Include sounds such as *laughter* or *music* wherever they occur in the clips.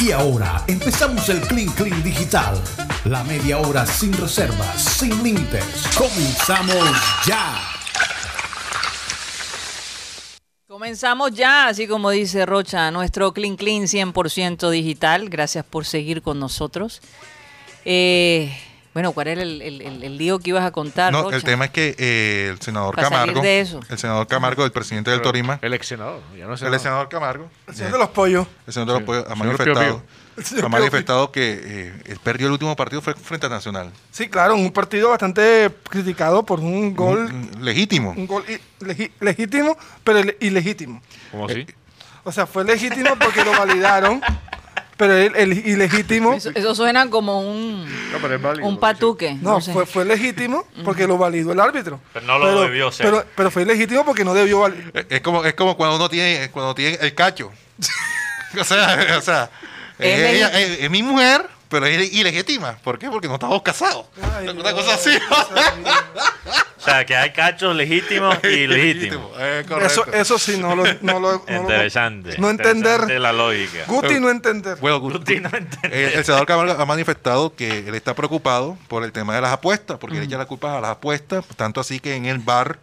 Y ahora empezamos el Clean Clean Digital. La media hora sin reservas, sin límites. Comenzamos ya. Comenzamos ya, así como dice Rocha, nuestro Clean Clean 100% digital. Gracias por seguir con nosotros. Eh, bueno, ¿cuál era el, el- el- el lío que ibas a contar, No, Rocha? el tema es que eh, el senador Para salir Camargo, de eso. el senador Camargo, el presidente del Torima, El ex senador. Ya no sé. el senador Camargo, El eh, señor de los pollos. el senador de los Pueblos ha Señor Pío manifestado, Pío. ha manifestado que eh, él perdió el último partido fue frente a Nacional, Sí, claro, un partido bastante criticado por un gol, Un- un Mm, legítimo. un gol i- legi- legítimo, pero il- ilegítimo. ¿Cómo así? O sea, fue legítimo porque lo validaron, pero el, el ilegítimo. Eso, eso suena como un, un patuque. No, no sé. fue, fue legítimo porque lo validó el árbitro. Pero no lo debió ser. Pero, pero fue ilegítimo porque no debió validar. Eh, Es como, es como cuando uno tiene, cuando tiene el cacho. *laughs* o sea, o sea, Es eh, ella- legítima. eh, es mi mujer, pero es ilegítima. ¿Por qué? Porque no estamos casados. Ay, Una Dios. cosa así. *laughs* *laughs* O sea, que hay cachos legítimos y ilegítimos. Eh, correcto. Eso, eso sí, no lo. No lo- no lo- Interesante. No Interesante entender. la lógica. Guti no entender. Bueno, Gu- Guti no entiende. eh, el senador Camargo ha manifestado que él está preocupado por el tema de las apuestas, porque le echa la culpa a las apuestas, tanto así que en el bar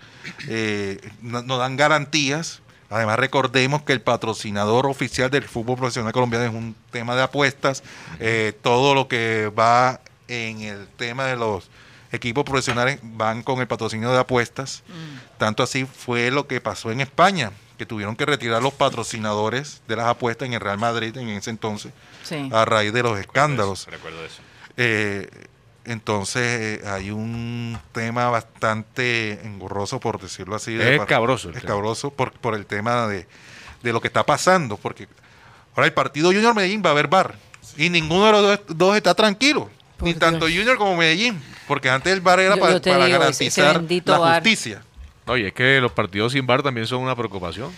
eh, no, no dan garantías. Además, recordemos que el patrocinador oficial del fútbol profesional colombiano es un tema de apuestas. Eh, todo lo que va en el tema de los equipos profesionales van con el patrocinio de apuestas. Tanto así fue lo que pasó en España, que tuvieron que retirar los patrocinadores de las apuestas en el Real Madrid en ese entonces Sí. a raíz de los escándalos. Recuerdo eso. Eh, entonces eh, hay un tema bastante engorroso, por decirlo así. de Es par- escabroso el tema. Escabroso por, por el tema de, de lo que está pasando. Porque ahora el partido Junior Medellín va a haber bar. Y ninguno de los dos, dos está tranquilo. Por ni tanto Junior como Medellín. Porque antes el bar era Yo- pa- yo te para digo, ese- ese garantizar bendito la VAR. justicia. No, y es que los partidos sin bar también son una preocupación.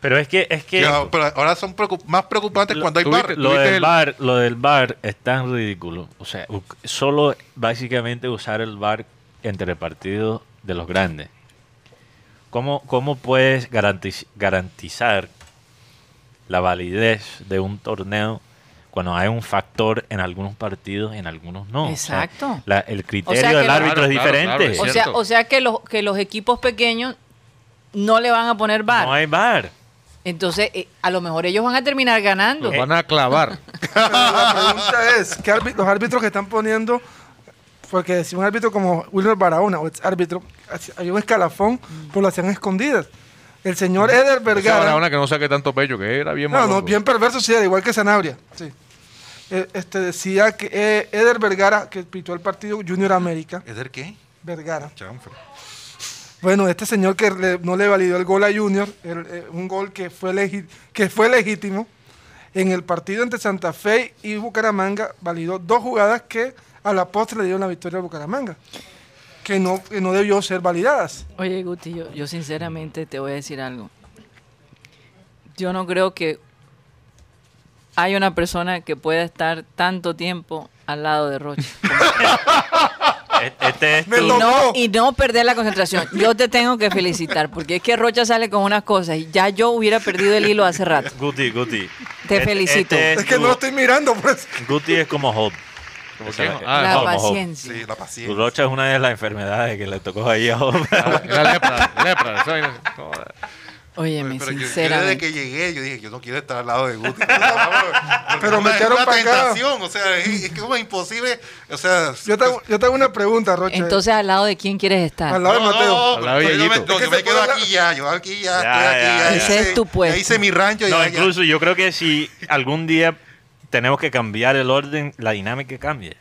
Pero es que, es que Ya, pero ahora son preocup- más preocupantes Lo- cuando hay tuviste- bar. lo, tuviste del el- bar, lo del bar es tan ridículo. O sea, u- solo básicamente usar el bar entre partidos de los grandes. ¿Cómo, cómo puedes garantiz- garantizar la validez de un torneo cuando hay un factor en algunos partidos, en algunos no? O sea, Exacto. la- el criterio que del lo- árbitro es Claro, claro, diferente. claro, es o, sea, cierto. o sea que los, que los equipos pequeños no le van a poner bar. No hay bar. Entonces, eh, a lo mejor ellos van a terminar ganando. Los van a clavar. Pero la pregunta es: ¿qué árbi- los árbitros que están poniendo.? Porque si un árbitro como Wilmer Barahona, o ex árbitro, había un escalafón, pues lo hacían a escondidas. El señor Eder Vergara. Ahora una que no saque tanto pecho, que era bien No, no, maluco. bien perverso, sí, al igual que Sanabria. Sí. Eh, Este decía que eh, Eder Vergara, que pitó el partido Junior América, ¿Eder qué? Vergara. Chanfle. Bueno, este señor que le- no le validó el gol a Junior, el, eh, un gol que fue, legi- que fue legítimo, en el partido entre Santa Fe y Bucaramanga, validó dos jugadas que a la postre le dieron la victoria a Bucaramanga, que no, que no debió ser validadas. Oye, Guti, yo, yo sinceramente te voy a decir algo. Yo no creo que hay una persona que pueda estar tanto tiempo al lado de Rocha. E- Este es Me Y tu- lo- no, logró. y no perder la concentración. Yo te tengo que felicitar, porque es que Rocha sale con unas cosas y ya yo hubiera perdido el hilo hace rato. Guti, Guti. Te Este- felicito. este Es que no lo estoy mirando, pues. Guti es como Job. O sea, quién? es Ah, la como Job. Sí, paciencia. la Tu paciencia. rocha es una de las enfermedades que le tocó ahí a Job. *laughs* Ah, Era lepra, lepra. esa vaina. No, Óyeme, Pero yo- yo desde sinceramente. que llegué, yo dije, yo no quiero estar al lado de Guti. *laughs* Pero me echaron una pa' acá. tentación, o sea, es, es que es imposible. O sea, Yo te, hago, yo te hago una pregunta, Rocha. Entonces, ¿al lado de quién quieres al estar? lado de no, Mateo. no, Al pero lado de yo me- Yellito. no, yo Es que me se quedo puede aquí ya, yo aquí ya, Ya, estoy aquí ya, ya. ya. ya Ese es sé, tu puesto. Ya hice mi rancho, No, ya, ya. incluso yo creo que si algún día tenemos que cambiar el orden, la dinámica cambia.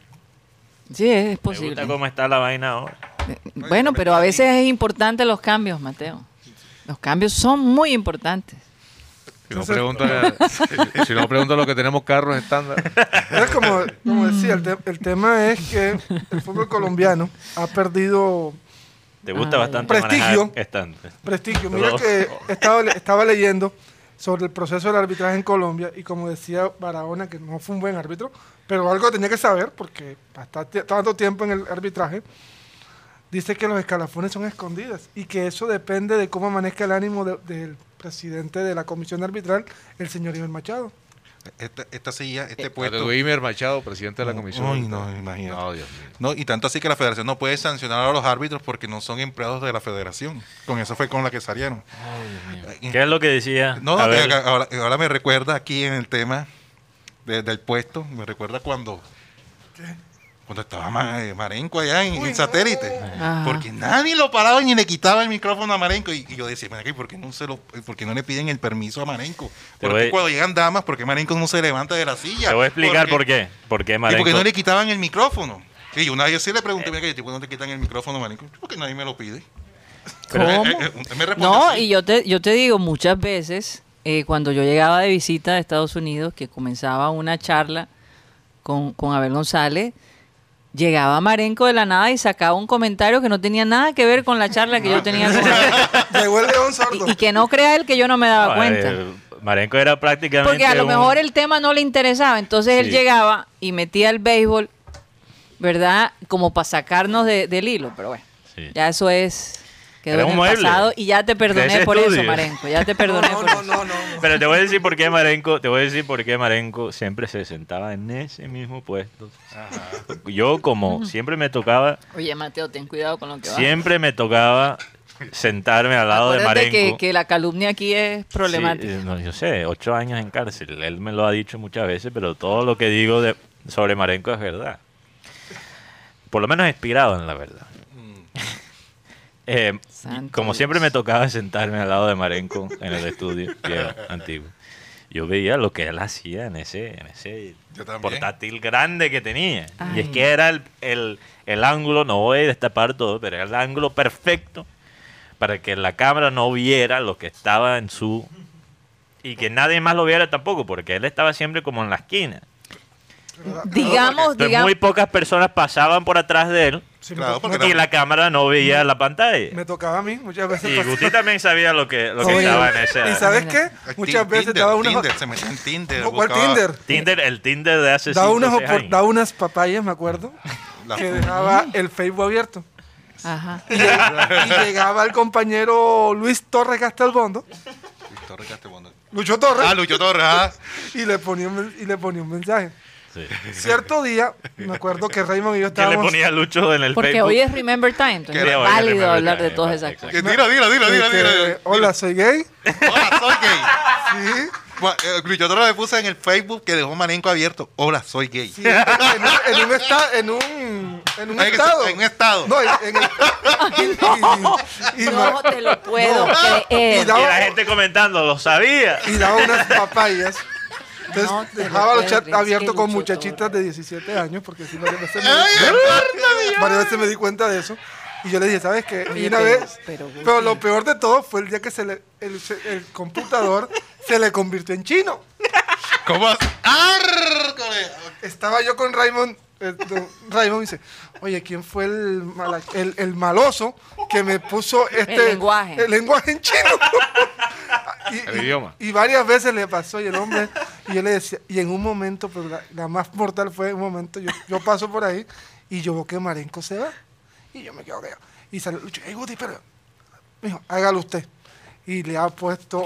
Sí, es Me posible. gusta cómo está la vaina ahora. Eh, Bueno, pero a veces es importante los cambios, Mateo. Los cambios son muy importantes. Si no pregunta, si no pregunta lo que tenemos carros estándar. Es como, como decía, el, te- el tema es que el fútbol colombiano ha perdido Te gusta Ah, bastante Prestigio. manejar estando. prestigio. Mira Pero- que estaba, le- estaba leyendo sobre el proceso del arbitraje en Colombia y como decía Barahona, que no fue un buen árbitro, pero algo tenía que saber porque hasta t- tanto tiempo en el arbitraje, dice que los escalafones son escondidas y que eso depende de cómo amanezca el ánimo de- del presidente de la comisión arbitral, el señor Iván Machado. esta, esta silla, Eh, este puesto. Vladimir Machado, presidente de la comisión. Uy, no, imagínate. No, Dios mío. No, y tanto así que la federación no puede sancionar a los árbitros porque no son empleados de la federación. Con eso fue con la que salieron. ¿Qué es lo que decía? No, A no, ver, que ahora, ahora me recuerda aquí en el tema de- del puesto, me recuerda cuando cuando estaba Ma- eh, Marenco allá en, en satélite, Ajá. porque nadie lo paraba ni le quitaba el micrófono a Marenco y, y yo decía, "Ven aquí, ¿por qué no se lo, por qué no le piden el permiso a Marenco? Te Porque voy- cuando llegan damas, ¿por qué Marenco no se levanta de la silla? te voy a explicar Porque- por qué. ¿Por qué, y Marenco? Eh. porque no le quitaban el micrófono. Y una vez yo sí le pregunté, mira, que tipo no te quitan el micrófono, Marenco, porque nadie me lo pide. ¿Cómo? eh, eh, me respondió no, así. y yo te, yo te digo muchas veces, eh, cuando yo llegaba de visita de Estados Unidos, que comenzaba una charla con, con Abel González, llegaba Marenco de la nada y sacaba un comentario que no tenía nada que ver con la charla que Ah. yo *laughs* tenía con él. *laughs* Llegó el león sordo. Y, y que no crea él que yo no me No, daba Ah, cuenta. eh, Marenco era prácticamente. Porque a lo un- mejor el tema no le interesaba. Entonces él Sí. llegaba y metía el béisbol, ¿verdad? Como para sacarnos de- del hilo. Pero bueno, Sí. ya eso es. Quedó Era en un el mueble. pasado y ya te De perdoné ese por eso, estudio. Marenco. Ya te No, perdoné no, por eso. no, no, no. Pero te voy a decir por qué Marenco, te voy a decir por qué Marenco siempre se sentaba en ese mismo puesto. Yo como siempre me tocaba, Oye, Mateo, ten cuidado con lo que va. siempre me tocaba sentarme al lado de Acuérdate Marenco. que, que la calumnia aquí es problemática. Sí, eh, no, yo sé, ocho años en cárcel. Él me lo ha dicho muchas veces, pero todo lo que digo de- sobre Marenco es verdad. Por lo menos inspirado en la verdad. *laughs* Eh, Santo como Dios. siempre me tocaba sentarme al lado de Marenco en el estudio viejo, antiguo. Yo veía lo que él hacía en ese, en ese Yo también. portátil grande que tenía. Ay. Y es que era el, el- el ángulo, no voy a destapar todo, pero era el ángulo perfecto para que la cámara no viera lo que estaba en su... Y que nadie más lo viera tampoco, porque él estaba siempre como en la esquina. Digamos, Entonces digamos. muy pocas personas pasaban por atrás de él Sí, Claro, me, porque y la cámara no veía la pantalla. me tocaba a mí muchas veces. Y pasar. Guti también sabía lo que, lo que Oye, estaba en ese... ¿Y sabes qué? Ay, Muchas Tin- veces Tinder, daba unas... Tinder, se metía en Tinder. No, ¿cuál buscaba Tinder? Tinder, el Tinder de hace Daba cinco, unas, seis opor- años. daba unas papayas, me acuerdo, la- Mm. que dejaba el Facebook abierto. Ajá. Y llegaba el compañero Luis Torres Castelbondo, Torres Castellanos. Lucho Torres, Ah, Lucho Torres. ah. y le ponía un, men- y le ponía un mensaje. Sí. Cierto día, me acuerdo que Raymond y *laughs* yo Que le estábamos... ponía Lucho en el Porque Facebook. hoy es Remember Time. Entonces Que es hoy es válido Remember hablar de Time, todas exacto. esas cosas. Que Eh, Dilo, dilo, dilo, dilo. que, dilo, dilo. este, Hola, soy gay. Hola, soy gay. Bueno, eh, Lucho Torres le puso en el Facebook que dejó Marenco abierto. Hola, soy gay. Sí, en, un, en un esta- en un, en un Ay, que- estado. en un estado. No, en, en *laughs* el... y- y- y- y- No te lo puedo No. creer. Y daba- Y la gente comentando, lo sabía. y daba unas papayas. Entonces No te lo dejaba los puedes chats creer, es abiertos que con Lucho muchachitas Torres. de 17 años, porque si no, varias veces, me, Ay, es varias veces me di cuenta de eso. Y yo le dije, ¿sabes qué? Oye, Y una pero- vez, pero, pero, Guti. lo peor de todo fue el día que se le, el, se- el computador se le convirtió en chino. ¿Cómo hace? ¡Árcole! Estaba yo con Raymond. eh, don- Raymond me dice, oye, ¿quién fue el, mala- el, el maloso que me puso este lenguaje. el lenguaje en chino? *laughs* y, El idioma. Y varias veces le pasó y el hombre, y yo le decía, y en un momento, pero la, la más mortal fue un momento, yo, yo paso por ahí y yo veo que Marenco se va. Y yo me quedo callado. Y sale Lucho, hey Guti, pero, mijo, hágalo usted. Y le ha puesto...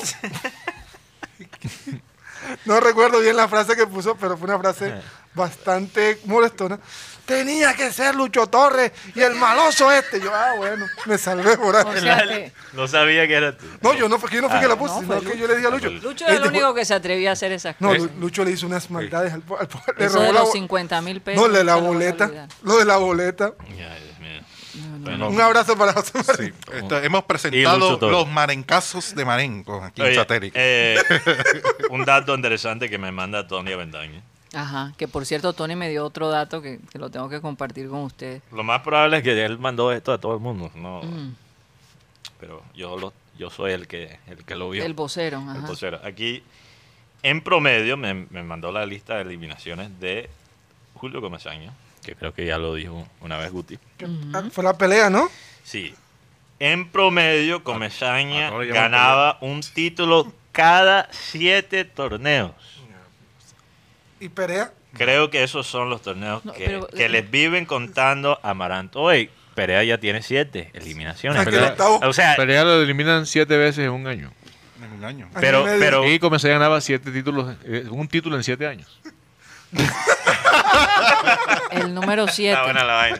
No recuerdo bien la frase que puso, pero fue una frase bastante molestona. Tenía que ser Lucho Torres y el maloso este. Yo, ah, bueno, me salvé por ahí. O sea que- Lo sabía que era tú. No, yo no, fue- yo no fui Ah, que la puse, no, sino fue que Lucho. yo le dije a Lucho. Lucho era el este único fue- que se atrevía a hacer esas No, cosas. Lu- Lucho le hizo unas maldades al, po- al po- le Eso de robó la, los bo- 50 mil pesos. No, le la nunca lo vas a boleta. olvidar. Lo de la boleta. Ay, Dios mío. Un abrazo para José Sí, María. esto- hemos Y Lucho presentado Torres. los marencazos de Marenco aquí en Oye, Satélite. eh, un dato interesante que me manda Tony Avendaño. Ajá, que por cierto, Tony me dio otro dato que, que lo tengo que compartir con ustedes. Lo más probable es que él mandó esto a todo el mundo. No, Mm, pero yo lo, yo soy el que el que lo vio. el vocero, El ajá. vocero. Aquí en promedio me, me mandó la lista de eliminaciones de Julio Comesaña, que creo que ya lo dijo una vez Guti. Ah, Fue la pelea, ¿no? Sí. En promedio, Comesaña a todos le llaman ganaba un título cada siete torneos. Y Perea. Creo que esos son los torneos No, que, pero- eh, que les viven contando a Maranto. Oye, Perea ya tiene siete eliminaciones. Aquí el octavo. O sea, Pelea lo eliminan siete veces en un año. en un año. Año Pero, y medio. pero, Y comencé ganaba siete títulos, eh, un título en siete años. El *laughs* número 7. Está buena la vaina.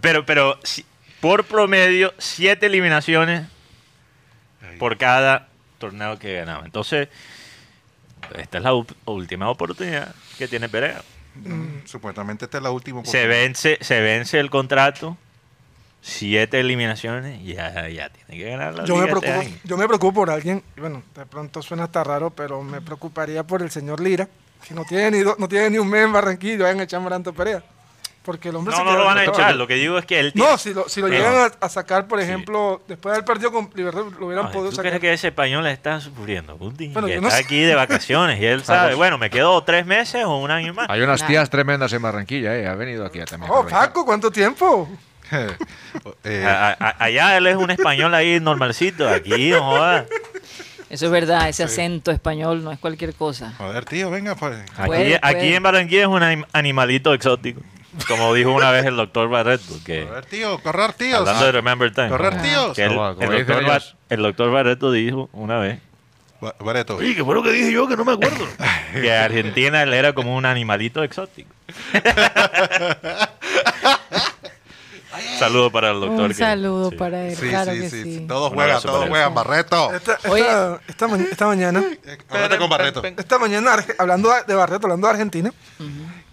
Pero, pero si- por promedio, siete eliminaciones por cada torneo que ganaba. Entonces, esta es la u- última oportunidad que tiene Perea. Supuestamente esta es la última. Se vence, se vence el contrato, siete eliminaciones, ya, ya tiene que ganar la Yo me, liga este preocupo, año. yo me preocupo por alguien, y bueno, de pronto suena hasta raro, pero me preocuparía por el señor Lira, que no tiene ni, do- no tiene ni un mes en Barranquilla, y vayan a echar a Maranto Perea. Porque el hombre se No, no queda lo van a botado. echar. Lo que digo es que él tiene- No, si lo, si lo No. llegan a, a sacar, por Sí. ejemplo, después de haber perdido con Libertad, lo hubieran Ay, podido ¿Tú crees sacar. que ese español está sufriendo? Un día Bueno, que yo no está sé. aquí de vacaciones y él sabe, bueno, me quedo tres meses o un año más. Hay unas Claro. tías tremendas en Barranquilla, eh. Ha venido aquí a también. Ah, Oh, aprovechar. Paco, ¿cuánto tiempo? eh, A- a- allá él es un español ahí normalcito, aquí, no jodas. Eso es verdad, ese acento español no es cualquier cosa. joder, tío, venga, pues. Aquí, Puede, aquí puede. en Barranquilla es un anim- animalito exótico. Como dijo una vez el doctor Barreto, que Joder, tío, correr, tío. Ah, hablando de Remember Time. Correr, ¿no? tíos. Ah, que el, Como- como el dicen doctor Ba- ellos. el doctor Barreto dijo una vez Ba- Bareto. que fue lo que dije yo que no me acuerdo. *laughs* que Argentina él era como un animalito *laughs* exótico. saludo para el doctor. Un que- saludo sí. para él, Sí, claro sí, que sí, sí. sí. Todos Un juegan, abrazo todos para él. juegan. Barreto. Esta, esta- Oye. esta ma- esta mañana, Eh, Háblate con Barreto. esta mañana Arge- hablando de Barreto, hablando de Argentina,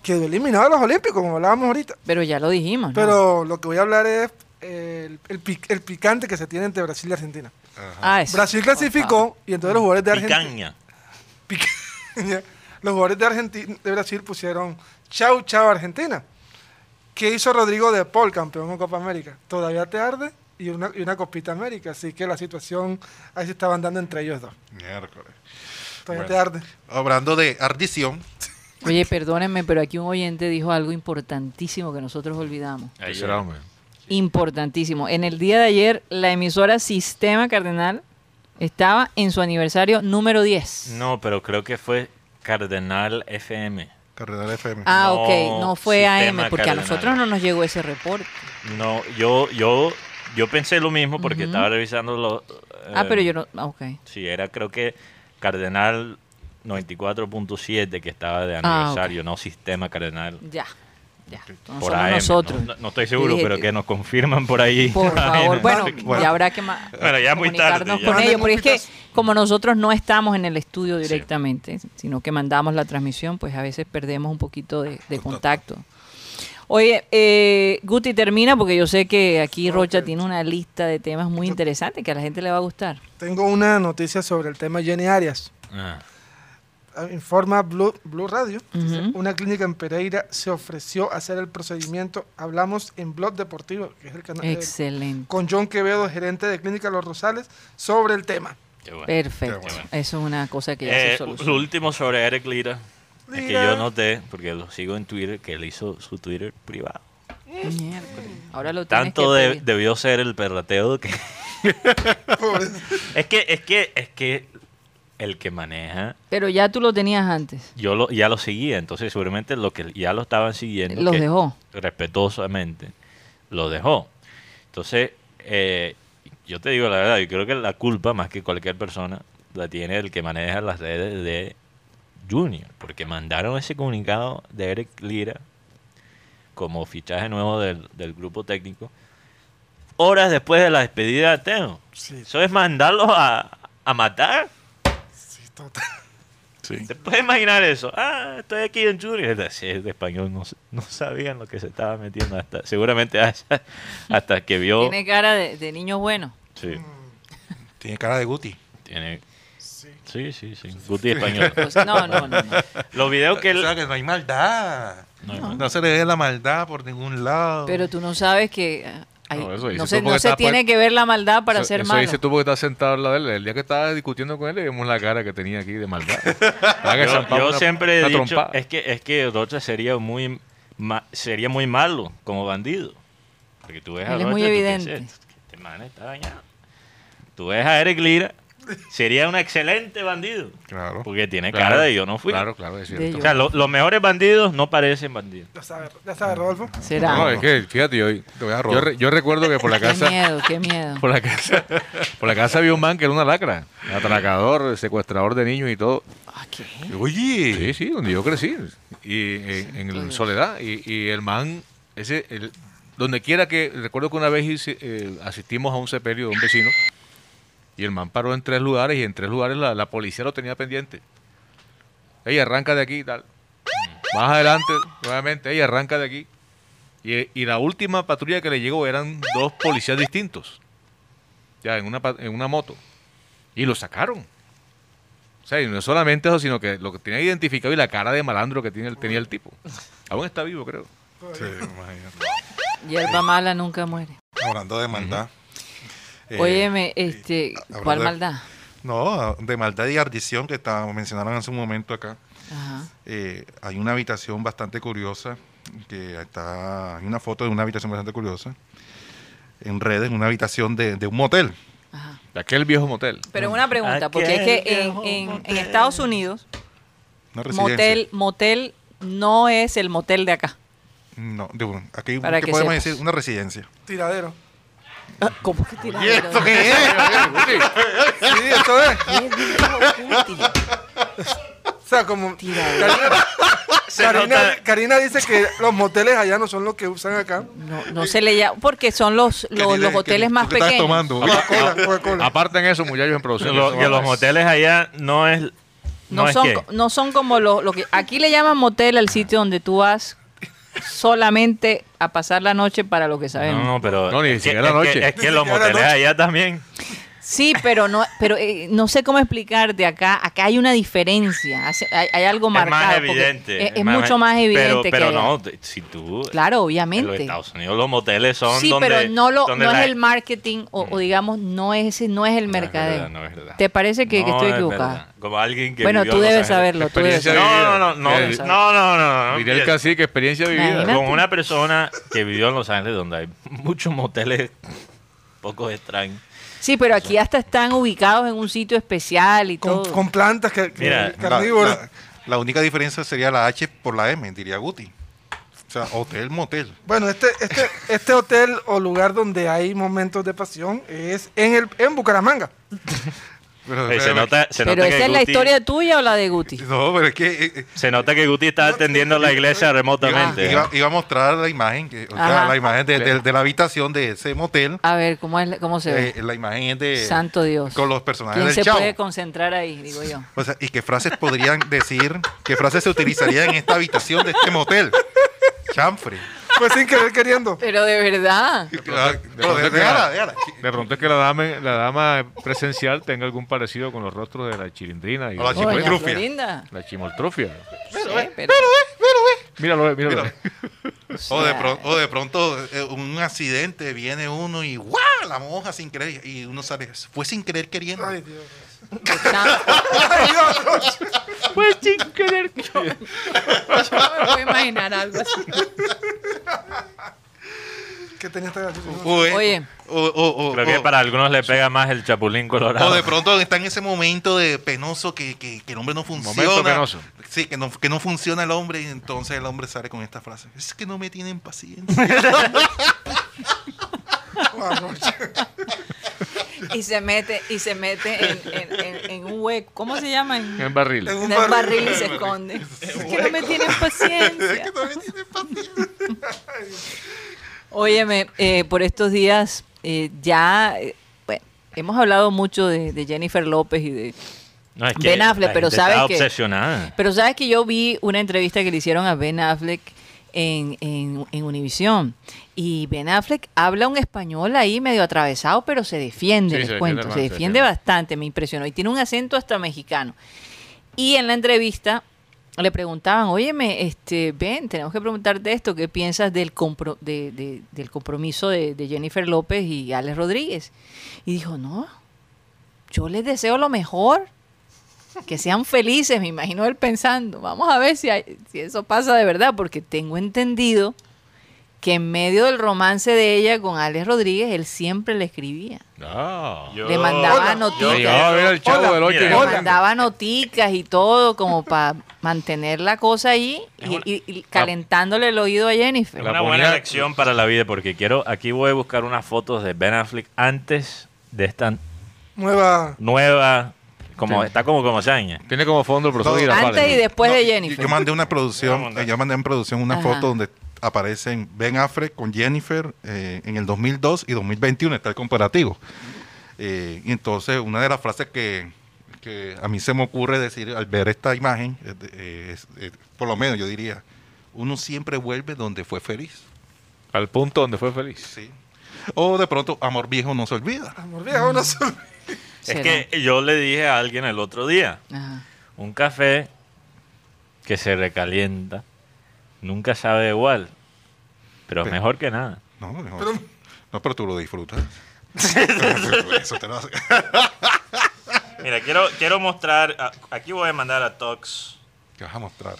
quedó eliminado de los Olímpicos, como hablábamos ahorita. Pero ya lo dijimos. ¿no? Pero lo que voy a hablar es eh, el, el pic- el picante que se tiene entre Brasil y Argentina. Ah, eso. Brasil clasificó y entonces los jugadores de Argentina. Picaña. *laughs* Picaña. los jugadores de, Argentina, de Brasil pusieron chau, chau, Argentina. ¿Qué hizo Rodrigo de Paul, campeón en Copa América? Todavía te arde y una, y una copita América. Así que la situación ahí se estaban dando entre ellos dos. Miércoles. Bueno. Todavía te arde. Hablando de ardición. Ah, Oye, perdónenme, pero aquí un oyente dijo algo importantísimo que nosotros olvidamos. Ahí será, hombre. Importantísimo. En el día de ayer, la emisora Sistema Cardenal estaba en su aniversario número 10. No, pero creo que fue Cardenal FM. Cardenal FM. Ah, No, ok, no fue AM, Sistema porque a Cardenal. nosotros no nos llegó ese reporte. No, yo, yo, yo pensé lo mismo porque estaba revisando eh, los. Ah, pero yo no. ah, Ok. Sí, era creo que Cardenal 94.7 que estaba de Ah, aniversario, no Sistema Cardenal. Ya. Ya. No Por somos AM. nosotros. No, no- no estoy seguro, Dije- pero que nos confirman por ahí. *laughs* Por favor, bueno, Bueno. ya habrá que ma- Bueno, ya es muy tarde, comunicarnos ya. con Manden ellos, un porque es que pitazo. como nosotros no estamos en el estudio directamente, sino que mandamos la transmisión, pues a veces perdemos un poquito de, de contacto. Oye, eh, Guti termina porque yo sé que aquí Rocha tiene una lista de temas muy interesantes que a la gente le va a gustar. Tengo una noticia sobre el tema Jenny Arias. Ah, Ah, Informa Blue, Blue Radio. dice, Ujú. Una clínica en Pereira se ofreció a hacer el procedimiento. Hablamos en Blog Deportivo, que es el canal. el- Excelente. con John Quevedo, gerente de Clínica Los Rosales, sobre el tema. qué bueno. Perfecto. Qué bueno. Eso es una cosa que ya Eh, se lo solucionó. último sobre Eric Lira. Es que Lira. yo noté, porque lo sigo en Twitter, que él hizo su Twitter privado. Miércoles. Ahora lo tienes Tanto que de- pedir. debió ser el perrateo que... *laughs* es que, es que, es que el que maneja, Pero ya tú lo tenías antes. yo lo, ya lo seguía, entonces seguramente lo que ya lo estaban siguiendo. Los que dejó. Respetuosamente, lo dejó. Entonces, eh, yo te digo la verdad, yo creo que la culpa, más que cualquier persona, la tiene el que maneja las redes de Junior, porque mandaron ese comunicado de Eric Lira como fichaje nuevo del, del grupo técnico, horas después de la despedida de Teo. Eso es mandarlos a, a matar. ¿Te puedes imaginar eso? Ah, estoy aquí en Junior. Es decir, el español no, no sabían lo que se estaba metiendo hasta, seguramente hasta, hasta que vio. Tiene cara de, de niño bueno. Sí, Tiene cara de Guti. tiene. Mm. Sí, sí, sí. Guti español. Pues, no, no, no. no. Los videos que O él. sea, que no hay maldad. No hay No, se le ve la maldad por ningún lado. Ah. Pero tú no sabes que eh, hay- No, eso no, dices tú se, porque no se estás tiene pa- que ver la maldad para eso, ser eso malo. dice tú porque estás sentado al lado de él. El día que estaba discutiendo con él, le vimos la cara que tenía aquí de *laughs* maldad. Estaba que Yo, zampaba yo una- siempre he una dicho trompada. es que es que Rocha sería muy ma- sería muy malo como bandido. Porque tú ves a Él es muy Rocha y tú este evidente. dices, "Este man está dañado". Tú ves a Eric Lira sería un excelente bandido. Claro. Porque tiene Claro, cara de yo no fui. Claro, claro, es De cierto. O sea, lo- los mejores bandidos no parecen bandidos. Ya sabes, ya sabes, Rodolfo. No, Será. es que, fíjate, yo, yo, re- yo recuerdo que por la Qué casa... miedo, qué miedo. Por la casa, por la casa había un man que era una lacra, atracador, secuestrador de niños y todo. Ah, ¿qué? Oye. Sí, sí, donde yo crecí, y en, en Santo Dios. Soledad. Y, y el man, ese, el- donde quiera que, recuerdo que una vez hice- eh, asistimos a un sepelio de un vecino, y el man paró en tres lugares, y en tres lugares la, la policía lo tenía pendiente. Ey, arranca de aquí, tal. Más adelante, nuevamente, ey, arranca de aquí. Y, y la última patrulla que le llegó eran dos policías distintos. Ya, en una, pa- en una moto. Y lo sacaron. O sea, y no solamente eso, sino que lo que tenía identificado y la cara de malandro que tiene el, tenía el tipo. Aún está vivo, creo. Sí, imagínate. Hierba mala nunca muere. Hablando de maldad. eh, Óyeme, este, hablando ¿cuál de- maldad? No, de maldad y ardición que estaba- mencionaron hace un momento acá. Ajá. eh, hay una habitación bastante curiosa, que está, hay una foto de una habitación bastante curiosa, en redes, una habitación de, de un motel. Ajá. De aquel viejo motel. Pero una pregunta, porque es Aquel que en, viejo en- en motel. Estados Unidos, Una residencia. motel, motel no es el motel de acá. No, de un- aquí Para ¿qué que podemos sepas. decir una residencia. Tiradero. *laughs* ¿Cómo que ¿Y esto qué es? Sí, esto es. O sea, como. Tiradero. Karina, *laughs* Se Karina- nota. Karina dice que los moteles allá no son los que usan acá. No, no se le llama, porque son los, ¿Qué los, los tiene- hoteles qué- más tú qué estás pequeños. tomando? Coca-Cola, Coca-Cola. Aparten eso, muchachos, en producción. Lo- Eso ah, que los vamos. moteles allá no es. No, No, es son, que. co- no son como los, lo que aquí le llaman motel al sitio donde tú vas solamente a pasar la noche para lo que No, sabemos. no, pero. No, ni es que- siquiera es que- noche. Es que, Ni los siquiera moteles noche. allá también. Sí, pero no, pero eh, no sé cómo explicarte acá. Acá hay una diferencia, hace- hay, hay algo Es marcado. más porque evidente. Es, es mucho más evidente Pero, que pero allá. no, te- si tú. Claro, En los obviamente. Estados Unidos los moteles son sí, donde. pero no, lo, donde no la- es el marketing o, o digamos no es ese- no es el No es verdad, mercadeo. no es verdad. ¿Te parece que, que No estoy es equivocada? verdad. Como alguien que. Bueno, vivió tú en Los debes Ángeles. saberlo, tú debes Experiencia saberlo. No, no, no, no, Eh, no, no, no, no, no, Diría el empieza. cacique, experiencia vivida. Imagínate. Con una persona que vivió en Los Ángeles, donde hay muchos moteles *laughs* pocos extraños. Sí, pero aquí hasta están ubicados en un sitio especial y Con, todo. con plantas que, que- Mira, La, carnívoras. la- la única diferencia sería la H por la M, diría Guti. O sea, hotel, motel. Bueno, este, este, este hotel o lugar donde hay momentos de pasión es en, el, en Bucaramanga. Pero, Eh, se espérame. nota, se pero nota que esa es la Guti- historia tuya o la de Guti. No, pero es que eh, eh, Se nota que Guti está atendiendo la iglesia iba, remotamente. iba- iba a mostrar la imagen, que, o sea, Ajá. la imagen de, de- de la habitación de ese motel. A ver, ¿cómo es la- cómo se ve? Eh, la imagen es de Santo Dios. con los personajes ¿Quién del se Chavo. puede concentrar ahí, digo yo? O sea, y qué frases podrían *laughs* decir, qué frases se utilizarían en esta habitación de este motel. Chanfre. Pues sin querer queriendo. Pero de verdad. Ah, pero de- déjala, déjala. De pronto es que la dama, la dama presencial tenga algún parecido con los rostros de la chilindrina y Ah, O la la, chi- pues, Doña Chipoltrufia. Florinda. chimoltrufia. Sí, *laughs* pero- Míralo, eh, míralo. Míralo. o O de, sea, pro- o de pronto eh, un accidente, viene uno y ¡guau! La moja sin querer. Y uno sale, fue sin querer queriendo. Ay, Dios. tan- Ay, Dios, Rocha. Pues sin querer. yo no me puedo imaginar algo así. *laughs* que tenía esta *laughs* gallina. O, eh, Oye. O, o- o- Creo que o- para algunos le pega más el chapulín colorado. o de pronto está en ese momento de penoso que, que- que el hombre no funciona. penoso. Sí, que no, que no funciona el hombre y entonces el hombre sale con esta frase. Es que no me tienen paciencia. Y se mete, y se mete en, en- en- en un hueco. ¿Cómo se llama? En, En barril. En en el barril y se esconde. Es que no me tienen paciencia. no me tienen paciencia. Óyeme, eh, por estos días eh, ya eh, bueno, hemos hablado mucho de, de Jennifer López y de... No, es Ben Affleck, la pero gente ¿sabes está qué? obsesionada. Pero sabes que yo vi una entrevista que le hicieron a Ben Affleck en, en, en Univisión. Y Ben Affleck habla un español ahí medio atravesado, pero se defiende, Sí, les se defiende cuento. bastante, se se defiende defiende. bastante, me impresionó. Y tiene un acento hasta mexicano. Y en la entrevista le preguntaban, óyeme, este, Ben, tenemos que preguntarte esto, ¿qué piensas del, compro- de- de- del compromiso de, de Jennifer López y Alex Rodríguez? Y dijo, no, yo les deseo lo mejor, que sean felices, me imagino él pensando, vamos a ver si, hay- si eso pasa de verdad, porque tengo entendido que en medio del romance de ella con Alex Rodríguez, él siempre le escribía. Ah. Yo- le mandaba Hola. Yo noticas. llegaba a ver al chavo Hola, del ocho. y mira, le hola. no- mandaba noticas y todo como para mantener la cosa ahí Es y, una- y- y calentándole el oído a Jennifer. La una buena ponía- elección para la vida porque quiero. Aquí voy a buscar unas fotos de Ben Affleck antes de esta Nueva. nueva. Como, Sí. Está como como saña. Tiene como fondo el profesor Todo. Girafales. Antes y después No, Pues de yo- Jennifer. Yo mandé una producción, eh, yo mandé en producción una Ajá. foto donde aparecen Ben Affleck con Jennifer eh, en el 2002 y 2021, está el comparativo. Eh, y entonces una de las frases que, que a mí se me ocurre decir al ver esta imagen, eh, de- eh, es- eh, por lo menos yo diría, uno siempre vuelve donde fue feliz. Al punto donde fue feliz. Sí. O de pronto, amor viejo no se olvida. Amor Mm, viejo, no se olvide. Es ¿Será? que yo le dije a alguien el otro día: Ajá. un café que se recalienta nunca sabe igual, pero es Pero- mejor que nada. No, no, Pero- no, pero tú lo *laughs* disfrutas. Eso te lo hace. Mira, quiero, quiero mostrar. a- Aquí voy a mandar a Tox. ¿Qué vas a mostrar?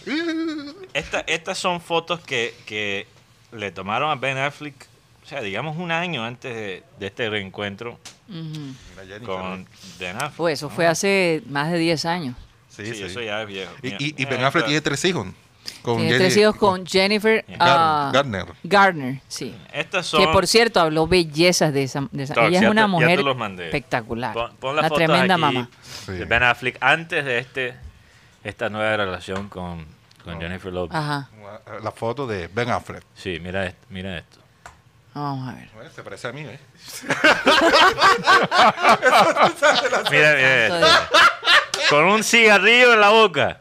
Esta- estas son fotos que, que le tomaron a Ben Affleck, o sea, digamos un año antes de, De este reencuentro, Ujú. Mira, Jennifer. con Ben Affleck. Pues eso Ah. fue hace más de 10 años. Sí, sí, sí. eso ya es viejo. Y, Mira, y, y mira Ben Affleck tiene esta- tres hijos. Con Tiene Jenny- tres hijos con Jennifer Gar- ah, Garner. Garner, sí. Estas son. Que por cierto habló bellezas de esa, de esa- Tox, Ella ya es te- una ya te mujer los mandé. espectacular. Pon, pon la una foto Ah, tremenda aquí mamá. de Sí. Ben Affleck antes de este, esta nueva relación con, con Jennifer Lopez. Ajá. La foto de Ben Affleck. Sí, mira, est- mira esto. Vamos a ver. Bueno, Se parece a mí, ¿eh? Mira, mira Santo esto. Con un cigarrillo en la boca.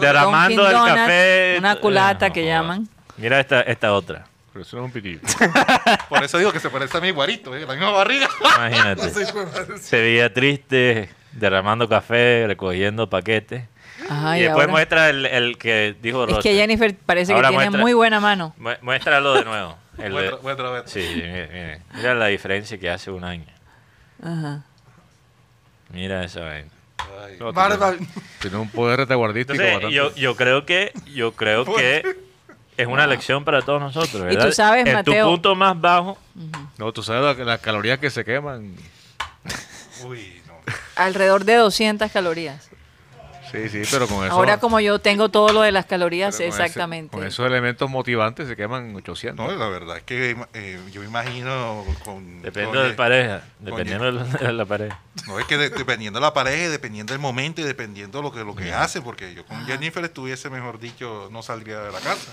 Derramando el Dunkin' Donuts, café. Eh, una culata que joda. llaman. Mira esta, esta otra. Pero eso no es un pitillo. Por eso digo que se parece a mí, guarito, ¿eh? La misma barriga. *laughs* Imagínate. Se veía triste, derramando café, recogiendo paquetes. Ajá, y y después ahora- muestra el, el que dijo Es Rocha. que Jennifer parece Ahora que tiene muestra- muy buena mano. Mu- Muéstralo de nuevo. El de- Voy otra vez. Sí, sí, mire, mire. Mira la diferencia que hace un año. Ajá. Mira esa vaina. No, Barba. Tiene un poder retaguardístico Entonces, bastante. yo, yo creo que yo creo que es una lección para todos nosotros, Y tú ¿verdad? sabes, en Mateo- tu punto más bajo, No, tú sabes la- las calorías que se queman. Uy, no. Alrededor de 200 calorías. Sí, sí, pero con eso. Ahora como yo tengo todo lo de las calorías, pero con ese- exactamente. con esos elementos motivantes se queman 800. No, la verdad es que eh, yo me imagino con... depende con- de la pareja, dependiendo de la, de la pareja. No, es que de- dependiendo de la pareja, y dependiendo del momento y dependiendo lo que lo que hace, porque yo con Jennifer estuviese, mejor dicho, no saldría de la casa.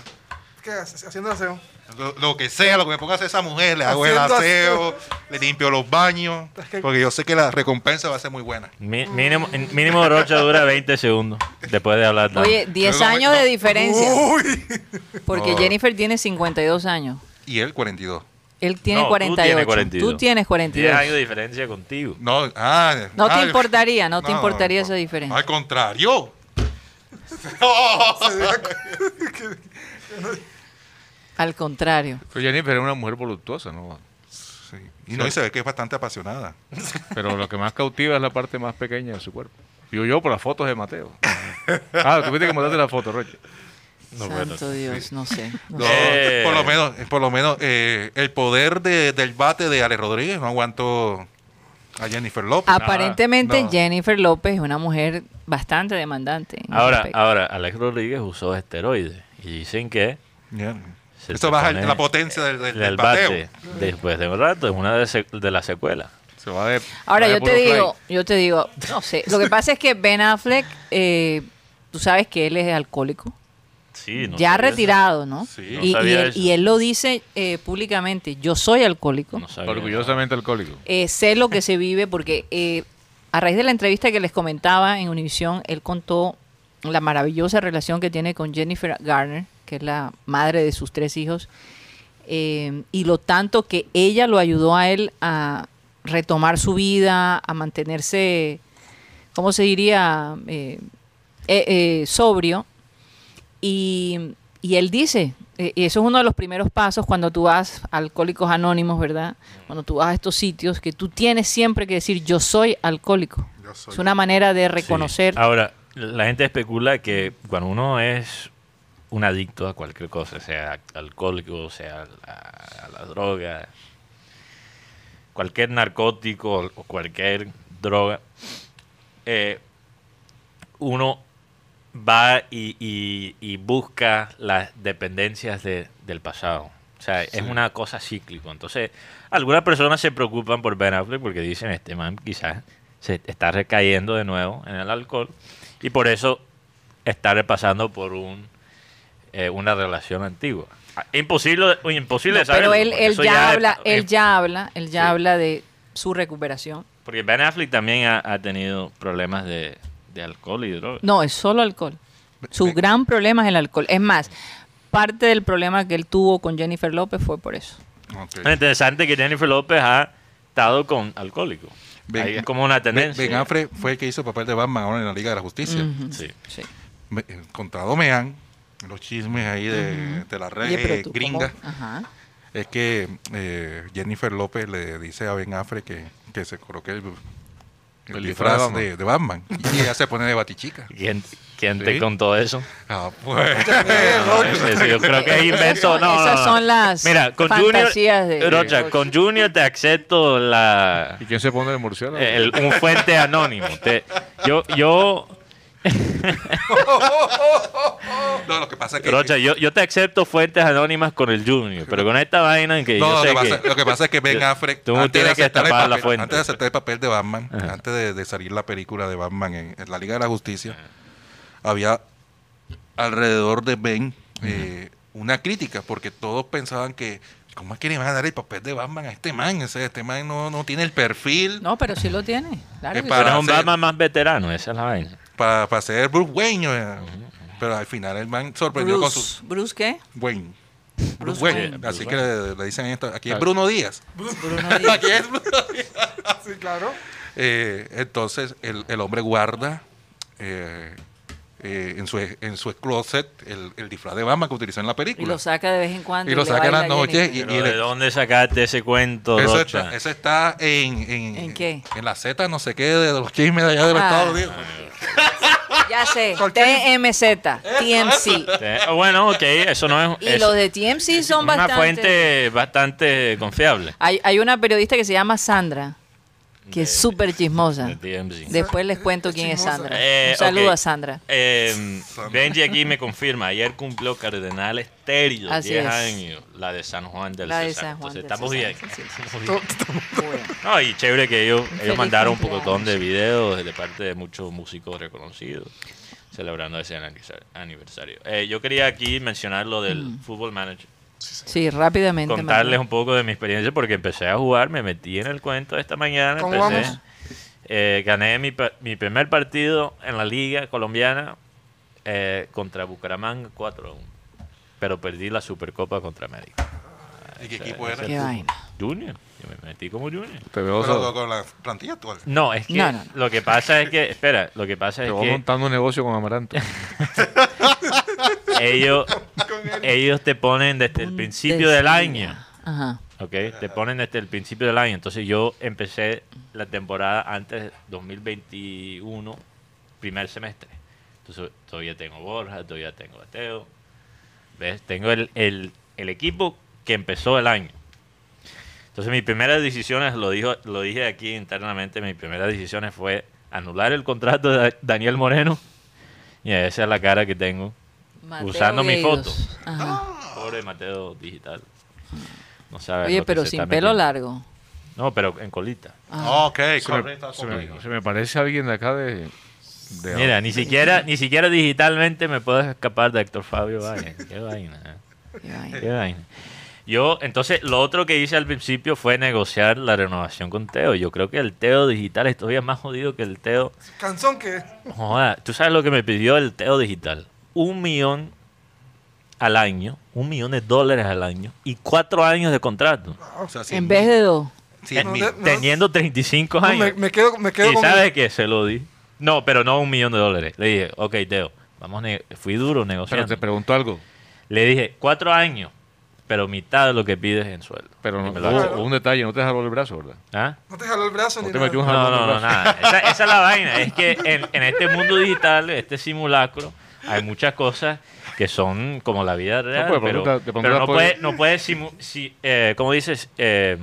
¿Qué haces? Haciendo aseo. Lo, lo que sea, lo que me ponga a hacer esa mujer, le hago el Haciendo aseo, le limpio los baños, Es que- porque yo sé que la recompensa va a ser muy buena. Mi- mínimo, mínimo Rocha dura 20 segundos después de hablar. tanto. Oye, 10 Pero no, años de no. diferencia. Uy. Porque No. Jennifer tiene 52 años. Y él 42. Él tiene No, tú 48. tienes 42. Tú tienes 42. 10 años de diferencia contigo. No, ah, No te ah, importaría, no te no, importaría no, esa diferencia. Al contrario. Al contrario. Pero Jennifer es una mujer voluptuosa, ¿no? Sí. Y no, y se ve que es bastante apasionada. Pero lo que más cautiva es la parte más pequeña de su cuerpo. Digo yo por las fotos de Mateo. Ah, tuviste que mandaste la foto, Roche. Santo Dios, no sé. no No, sé. Eh. Por lo menos, por lo menos eh, el poder de- del bate de Ale Rodríguez no aguantó a Jennifer Ah, López. Aparentemente no. Jennifer López es una mujer bastante demandante. en ese Ahora, aspecto. ahora Alex Rodríguez usó esteroides y dicen que Yeah. Se Eso te baja pone la potencia del, del- del el bateo. bate después de un rato es una de, se- de las secuelas. Se va de. Ahora va de yo te puro fly. digo, yo te digo, no sé. Lo que pasa es que Ben Affleck, eh, tú sabes que él es alcohólico, Sí, no ya sabía eso. retirado, ¿no? Sí. No y, y sabía él, eso. y él lo dice eh, públicamente. Yo soy alcohólico. No sabía eso. Orgullosamente alcohólico. Eh, sé lo que se vive porque eh, a raíz de la entrevista que les comentaba en Univisión, él contó la maravillosa relación que tiene con Jennifer Garner, que es la madre de sus tres hijos, eh, y lo tanto que ella lo ayudó a él a retomar su vida, a mantenerse, ¿cómo se diría?, Eh, eh, eh, sobrio. Y, y él dice, eh, y eso es uno de los primeros pasos cuando tú vas a Alcohólicos Anónimos, ¿verdad? Cuando tú vas a estos sitios, que tú tienes siempre que decir, yo soy alcohólico. Yo soy es una manera de Sí. reconocer. Ahora, la gente especula que cuando uno es un adicto a cualquier cosa, sea alcohólico, sea a, a la droga, cualquier narcótico o- o cualquier droga, eh, uno va y, y- y busca las dependencias de- del pasado. O sea, es una cosa cíclica. Entonces, algunas personas se preocupan por Ben Affleck porque dicen, este man quizás se está recayendo de nuevo en el alcohol y por eso está repasando por un, eh, una relación antigua. Ah, Imposible, imposible No, saberlo, pero él, porque él eso ya, es- habla, él es- eh, ya habla, él ya Sí. habla de su recuperación. Porque Ben Affleck también ha, ha tenido problemas de, de alcohol y drogas. No, es solo alcohol. Su gran problema es el alcohol. Es más, parte del problema que él tuvo con Jennifer López fue por eso. Ok. Es interesante que Jennifer López ha estado con alcohólico. Ben- Ahí es como una tendencia. Ben Affleck fue el que hizo el papel de Batman ahora en la Liga de la Justicia. Ujú. Sí. Sí. Me- eh, Contado me han los chismes ahí de, de la red Oye, pero eh, tú, gringa. ¿cómo? Ajá. Es que eh, Jennifer López le dice a Ben Affleck que, que se coloque el, el El disfraz disfraz de, de Batman. Y ella se pone de batichica. ¿Quién, quién te Sí. contó *laughs* eso? Ah, pues. No, eso- eso yo creo que es invento. Esas son- no, no, esas no. son las Mira, con fantasías Junior, de- Rocha, de- con Junior te acepto la, ¿Y quién se pone de murciélago? el- un fuente anónimo. Te- yo, yo, *laughs* No, lo que pasa es que. Rocha, yo, yo te acepto fuentes anónimas con el Junior, pero con esta vaina en que No, yo lo, sé que pasa, que... lo que pasa es que Ben Yo- Affleck, tú antes de, tienes que aceptar el tapar la papel, fuente. antes de aceptar el papel de Batman, Ajá. antes de, de salir la película de Batman en, en la Liga de la Justicia, había alrededor de Ben eh, una crítica, porque todos pensaban que, ¿cómo es que le van a dar el papel de Batman a este man? O sea, este man no, no tiene el perfil No, pero sí lo tiene. Claro Es que Pero para es un hacer- Batman más veterano, esa es la vaina. para, para ser Bruce Wayne. o sea. Pero al final el man pues sí. sorprendió con Bruce, su ¿Bruce qué? Wayne. Bruce Bruce Wayne. Wayne. Así que le, le dicen esto. Aquí es Ah. Bruno Díaz. *laughs* Bruno Díaz. Aquí es Bruno Sí, claro. Eh, entonces el, el hombre guarda eh, eh, en, su, en su closet el, el disfraz de Batman que utilizó en la Y película. lo saca de vez en cuando. Y lo le saca en baila las noches Jennifer. y, Pero y ¿de le- dónde sacaste ese cuento, eso Rocha? está, eso está en, en, ¿En qué? en la Z, no sé qué, de los chismes de allá de los Ah. Estados Unidos. Ya *laughs* sé, Cualquier- TMZ, TMC. Eh, Bueno, ok, eso no es... Y es los de TMC son una bastante... fuente bastante confiable. Hay, hay una periodista que se llama Sandra, que es súper chismosa. de TMZ. Después les cuento quién es chismosa. Sandra. Eh, Ah. Un saludo ok. a Sandra. Eh, Benji aquí me confirma, ayer cumplió Cardenal Estéreo, Así 10 es. años, la de San Juan del La de César. San Juan Entonces del estamos César, bien. sí, sí, sí. Estamos bien. Bueno. No, y chévere que ellos, ellos feliz mandaron un cumpleaños. pocotón de videos de parte de muchos músicos reconocidos celebrando ese aniversario- aniversario. Eh, yo quería aquí mencionar lo del Mm. Fútbol Manager. Sí, rápidamente. Contarles Manuel. un poco de mi experiencia porque empecé a jugar, me metí en el cuento esta mañana. ¿Cómo empecé, vamos? eh, gané mi, pa- mi primer partido en la liga colombiana eh, contra Bucaramanga 4-1. Pero perdí la Supercopa contra América. Ah, ¿Y qué equipo era? Qué vaina. Junior, yo me metí como Junior. Te veo, Pero so- con- con la plantilla actual. No, es que No, no, no. lo que pasa es que, espera, lo que pasa te es veo que montando un negocio con Amaranto. *laughs* ellos, ellos te ponen desde el principio del año. Ajá. ¿ok? Te ponen desde el principio del año. Entonces yo empecé la temporada antes 2021, primer semestre. Entonces todavía tengo Borja, todavía tengo a Teo. ¿Ves? Tengo el, el- el equipo que empezó el año. Entonces mis primeras decisiones, lo, dijo, lo dije aquí internamente, mis primeras decisiones fue anular el contrato de Da- Daniel Moreno. Y esa es la cara que tengo. Mateo Usando mi Gueidos. foto. Ajá. Pobre Mateo Digital. Ah, No sabe Oye, lo que pero se sin está pelo metiendo. largo. No, pero en colita. Ajá. Ah, Ok, Se me, correcto. se me- se me parece alguien de acá de... de- Mira, ni siquiera, ni siquiera digitalmente me puedo escapar de Héctor Fabio *laughs* Valle. Qué vaina, Qué eh. vaina. qué vaina. Yo, entonces, lo otro que hice al principio fue negociar la renovación con Teo. Yo creo que el Teo digital es todavía más jodido que el Teo. Canzón que. Joda, tú sabes lo que me pidió el Teo digital. Un millón al año, un millón de dólares al año y cuatro años de contrato. O sea, cien En vez mil. de dos. Cien No, mil. de- Teniendo 35 No, años. me, me quedo, me quedo ¿Y con. sabes qué? Se lo di. No, pero no un millón de dólares. Le dije, ok, Teo, vamos ne- fui duro Pero negociando. te pregunto algo. Le dije, cuatro años, pero mitad de lo que pides en sueldo. Pero Y no, me lo hubo- hace. hubo un detalle, no te jaló el brazo, ¿verdad? ¿Ah? No te jaló el brazo No ni te nada. metió un No, jalón. no, en no, el brazo. *laughs* nada. Esa, esa es la vaina. Es que en, en este mundo digital, este simulacro, hay muchas cosas que son como la vida real. pues, de pero, pronto- de pronto pero la no puede- puede, no puede simu- si- eh, ¿cómo dices? Eh,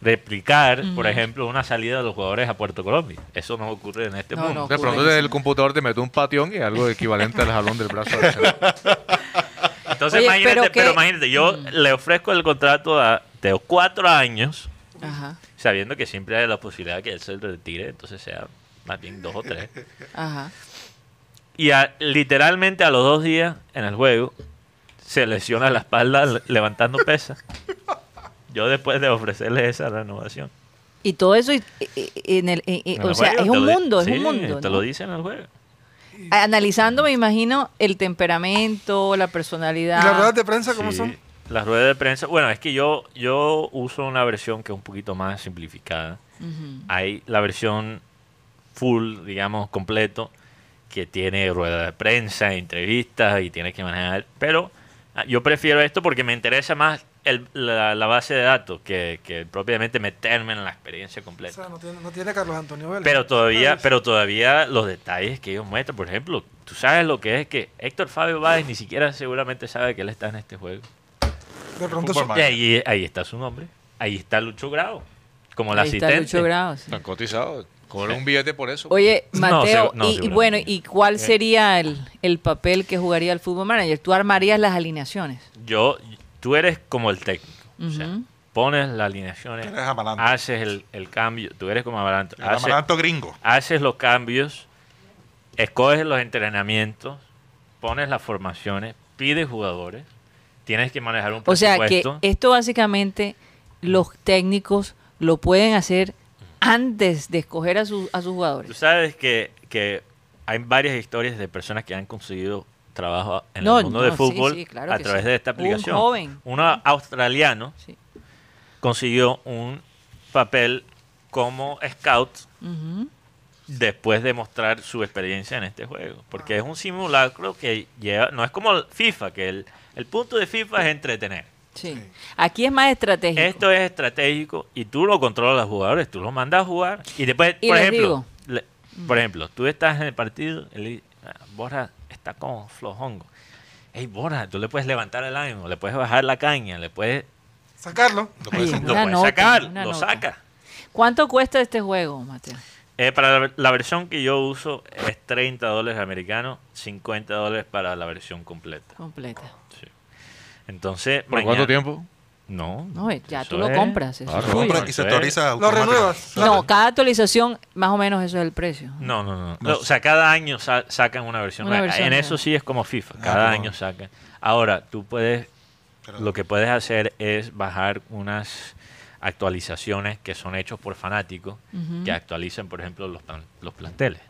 replicar, por ejemplo, una salida de los jugadores a Puerto Colombia. Eso no ocurre en este No, mundo. no. De pronto ocurre. desde el computador te mete un patión y algo equivalente al jalón del *laughs* brazo. del señor. Entonces, Oye, imagínate, pero Mm. pero, que- imagínate, yo le ofrezco el contrato a, de cuatro años, Ajá, sabiendo que siempre hay la posibilidad de que él se retire, entonces sea más bien dos o tres. ajá. Y a- literalmente a los dos días en el juego se lesiona la espalda le- levantando pesas. Yo después de ofrecerle esa renovación. Y todo eso y- y- y- en el, y- y- En o el sea, juego, es te un lo di- mundo, es sí, un mundo. Te ¿no? lo dicen en el juego. Analizando, me imagino, el temperamento, la ¿Y personalidad. las ruedas de prensa cómo Sí, Eh. son? Las ruedas de prensa. Bueno, es que yo, yo uso una versión que es un poquito más simplificada. Ujú. Hay la versión full, digamos, completo, que tiene rueda de prensa, entrevistas y tienes que manejar. Pero ah, yo prefiero esto porque me interesa más el- la, la base de datos que, que propiamente meterme en la experiencia O sea, completa. no tiene, no tiene Carlos Antonio Vélez. Pero todavía, ¿Sabes? pero todavía los detalles que ellos muestran, por ejemplo, tú sabes lo que es que Héctor Fabio Báez ni siquiera seguramente sabe que él está en este juego. De pronto Fútbol su- Vale. Y ahí, ahí está su nombre. Ahí está Lucho Grau. Como el Ahí está asistente. Lucho Grau, sí. Están cotizados. Cobran un billete por eso. Oye, No, Mateo, segu- no, y- y, seguramente. Eh. bueno, ¿y cuál sería el, el papel que jugaría el fútbol manager? Tú armarías las alineaciones. Yo, tú eres como el técnico. O sea, Ujú. pones las alineaciones, Tú eres Amaranto. haces el, el cambio. Tú eres como Amaranto. Ah, El Haces, amaranto gringo. haces los cambios, escoges los entrenamientos, pones las formaciones, pides jugadores. Tienes que manejar un O sea que presupuesto. esto básicamente los técnicos lo pueden hacer antes de escoger a, sus a sus Tú jugadores. sabes que, que hay varias historias de personas que han conseguido trabajo en No, el mundo no, del sí, fútbol sí, claro a que través sí. de esta Un aplicación. joven. Uno australiano Sí. consiguió un papel como scout Ujú. después de mostrar su experiencia en este juego. Porque Ah. es un simulacro que lleva, no es como el FIFA, que el, el punto de FIFA es entretener. Sí. Aquí es más estratégico. Esto es estratégico y tú lo controlas a los jugadores, tú los mandas a jugar y después, Y por les ejemplo, digo. le- por ejemplo, tú estás en el partido, y le- ah, Borja está como flojongo. Hey, Borja, tú le puedes levantar el ánimo, le puedes bajar la caña, le puedes, sacarlo. Lo puedes Ay, sentar. lo Una puedes nota, sacar, una lo nota. saca. ¿Cuánto cuesta este juego, Mateo? Eh, para la, la versión que yo uso es 30 dólares americanos, 50 dólares para la versión completa. Completa. Entonces, ¿Por mañana- cuánto tiempo? No, No, eh, ya eso tú lo es- compras. eso Claro, es Lo tuyo. compras y se autoriza Lo renuevas. No, cada actualización, más o menos eso es el precio. No, no, no. No. No, o sea, cada año sa- sacan una versión Una nueva. versión en nueva. eso sí es como FIFA. Ah, Cada perdón. año sacan. Ahora, tú puedes. Pero- Lo que puedes hacer es bajar unas actualizaciones que son hechos por fanáticos Ujú. que actualicen, por ejemplo, los, plan- los planteles,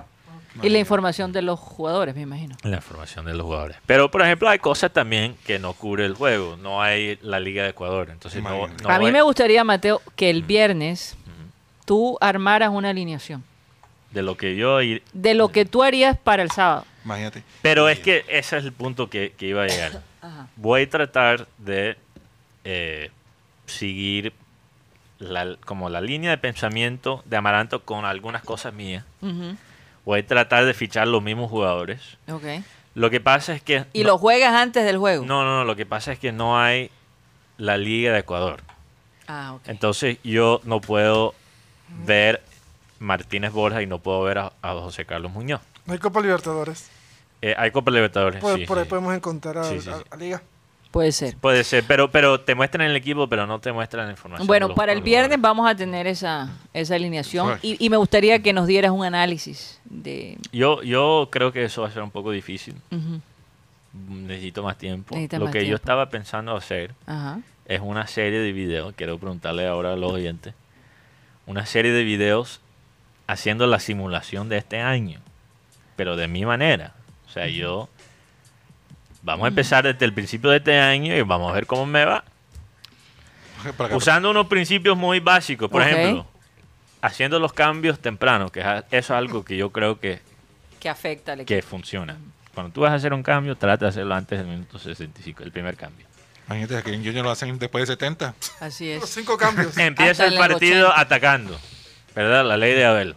Y la información de los jugadores, me imagino. la información de los jugadores. Pero, por ejemplo, hay cosas también que no cubre el juego. No hay la Liga de Ecuador. Entonces, no, Imagínate. no eh. Mm. a mí voy- me gustaría, Mateo, que el viernes tú armaras una alineación de lo que yo ir- de lo que tú harías para el sábado. Imagínate. Pero es que ese es el punto que, que iba a llegar. *coughs* Ajá. Voy a tratar de eh, seguir la- como la línea de pensamiento de Amaranto con algunas cosas mías. Ujú. Voy a tratar de fichar los mismos jugadores. Ok. Lo que pasa es que... Y no, lo juegas antes del juego. no, no, no, lo que pasa es que no hay la Liga de Ecuador. Ah, ok. Entonces yo no puedo ver Martínez Borja y no puedo ver a, a José Carlos Muñoz. No hay Copa Libertadores. Eh, hay Copa Libertadores. Por, sí, por ahí sí. podemos encontrar a, Sí, sí, a- sí. a Liga. Puede ser. Puede ser, pero, pero te muestran el equipo, pero no te muestran la información. de Bueno, los- para el de los jugadores. viernes vamos a tener esa, esa alineación Bueno. y, y me gustaría que nos dieras un análisis de... Yo, yo creo que eso va a ser un poco difícil. Ujú, Necesito más tiempo. Necesitas Lo más que tiempo. yo estaba pensando hacer Ajá. es una serie de videos. Quiero preguntarle ahora a los oyentes. Una serie de videos haciendo la simulación de este año, pero de mi manera. O sea, yo. Vamos a empezar desde el principio de este año y vamos a ver cómo me va. Para que- Usando unos principios muy básicos, por Ok. ejemplo, haciendo los cambios tempranos, que es a- eso es algo que yo creo que, Que afecta al que equipo. funciona. Cuando tú vas a hacer un cambio, trata de hacerlo antes del minuto 65, el primer cambio. Imagínate que en Junior lo hacen después de 70. Así Los es. cinco cambios. *laughs* Empieza Hasta el el partido 80. atacando, ¿verdad? La ley de Abel.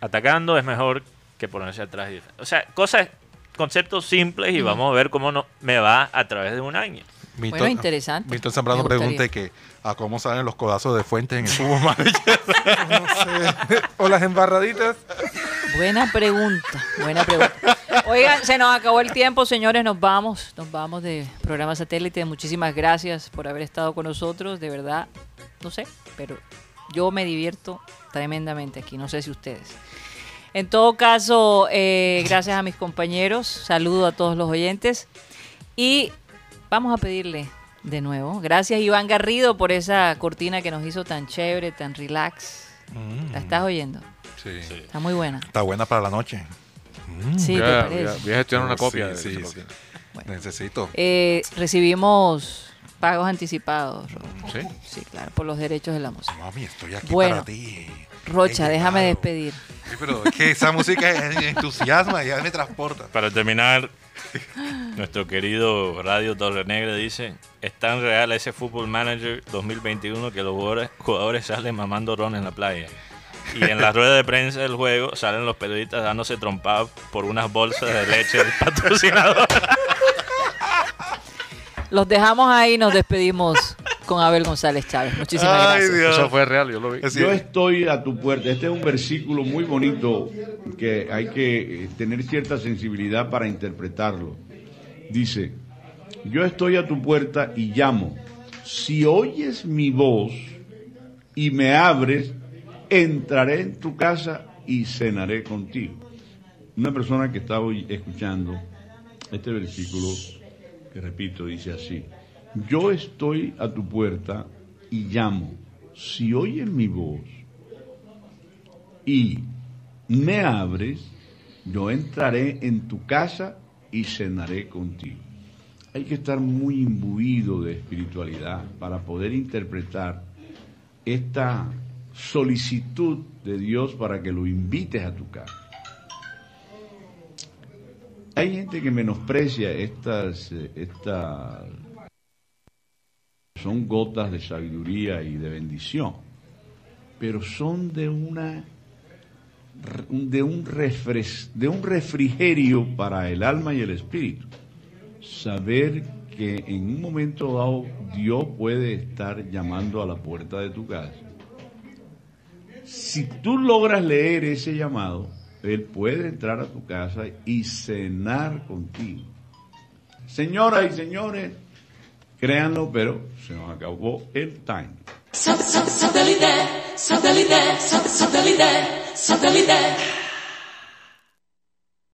Atacando es mejor que ponerse atrás. y def- O sea, cosas conceptos simples y vamos a ver cómo no, me va a través de un año. Milton, Bueno, interesante. Milton Zambrano Me gustaría. pregunta que a cómo salen los codazos de fuentes en *laughs* el fútbol No sé. o las embarraditas. Buena pregunta, buena pregunta. Oigan, se nos acabó el tiempo, señores, nos vamos, nos vamos de programa satélite. Muchísimas gracias por haber estado con nosotros, de verdad, no sé, pero yo me divierto tremendamente aquí, no sé si ustedes. En todo caso, eh, gracias a mis compañeros, saludo a todos los oyentes y vamos a pedirle de nuevo, gracias Iván Garrido por esa cortina que nos hizo tan chévere, tan relax. ¿La estás oyendo? sí. Está muy buena. Está buena para la noche. Sí, ¿te Ya, parece? ya, voy a gestionar una Sí, copia. de sí, esa sí. copia. Necesito. Eh, recibimos pagos anticipados, Ro- ¿Sí? sí, claro, por los derechos de la música. Mami, estoy aquí Bueno, para ti. Rocha, He déjame llegado. despedir. Sí, pero es que esa música es- *laughs* entusiasma y ya me transporta. Para terminar, *laughs* Nuestro querido Radio Torre Negra dice, es tan real ese Football Manager 2021 que los jugadores, jugadores salen mamando ron en la playa. Y en la rueda de prensa del juego salen los periodistas dándose trompadas por unas bolsas de leche del patrocinador. Los dejamos ahí, nos despedimos con Abel González Chávez. Muchísimas Ay, gracias. Dios. Eso fue real, yo lo vi. Es Yo decir, estoy a tu puerta. Este es un versículo muy bonito que hay que eh, tener cierta sensibilidad para interpretarlo. Dice, yo estoy a tu puerta y llamo. Si oyes mi voz y me abres, entraré en tu casa y cenaré contigo. Una persona que estaba hoy escuchando este versículo, que repito, dice así, yo estoy a tu puerta y llamo. Si oyes mi voz y me abres, yo entraré en tu casa y cenaré contigo. Hay que estar muy imbuido de espiritualidad para poder interpretar esta solicitud de Dios para que lo invites a tu casa. Hay gente que menosprecia estas, eh, estas son gotas de sabiduría y de bendición, pero son de una de un refres- de un refrigerio para el alma y el espíritu. Saber que en un momento dado Dios puede estar llamando a la puerta de tu casa. Si tú logras leer ese llamado, Él puede entrar a tu casa y cenar contigo. Señoras y señores, Créanlo, pero se nos acabó el time. Satellite, satellite, satellite, satellite, satellite,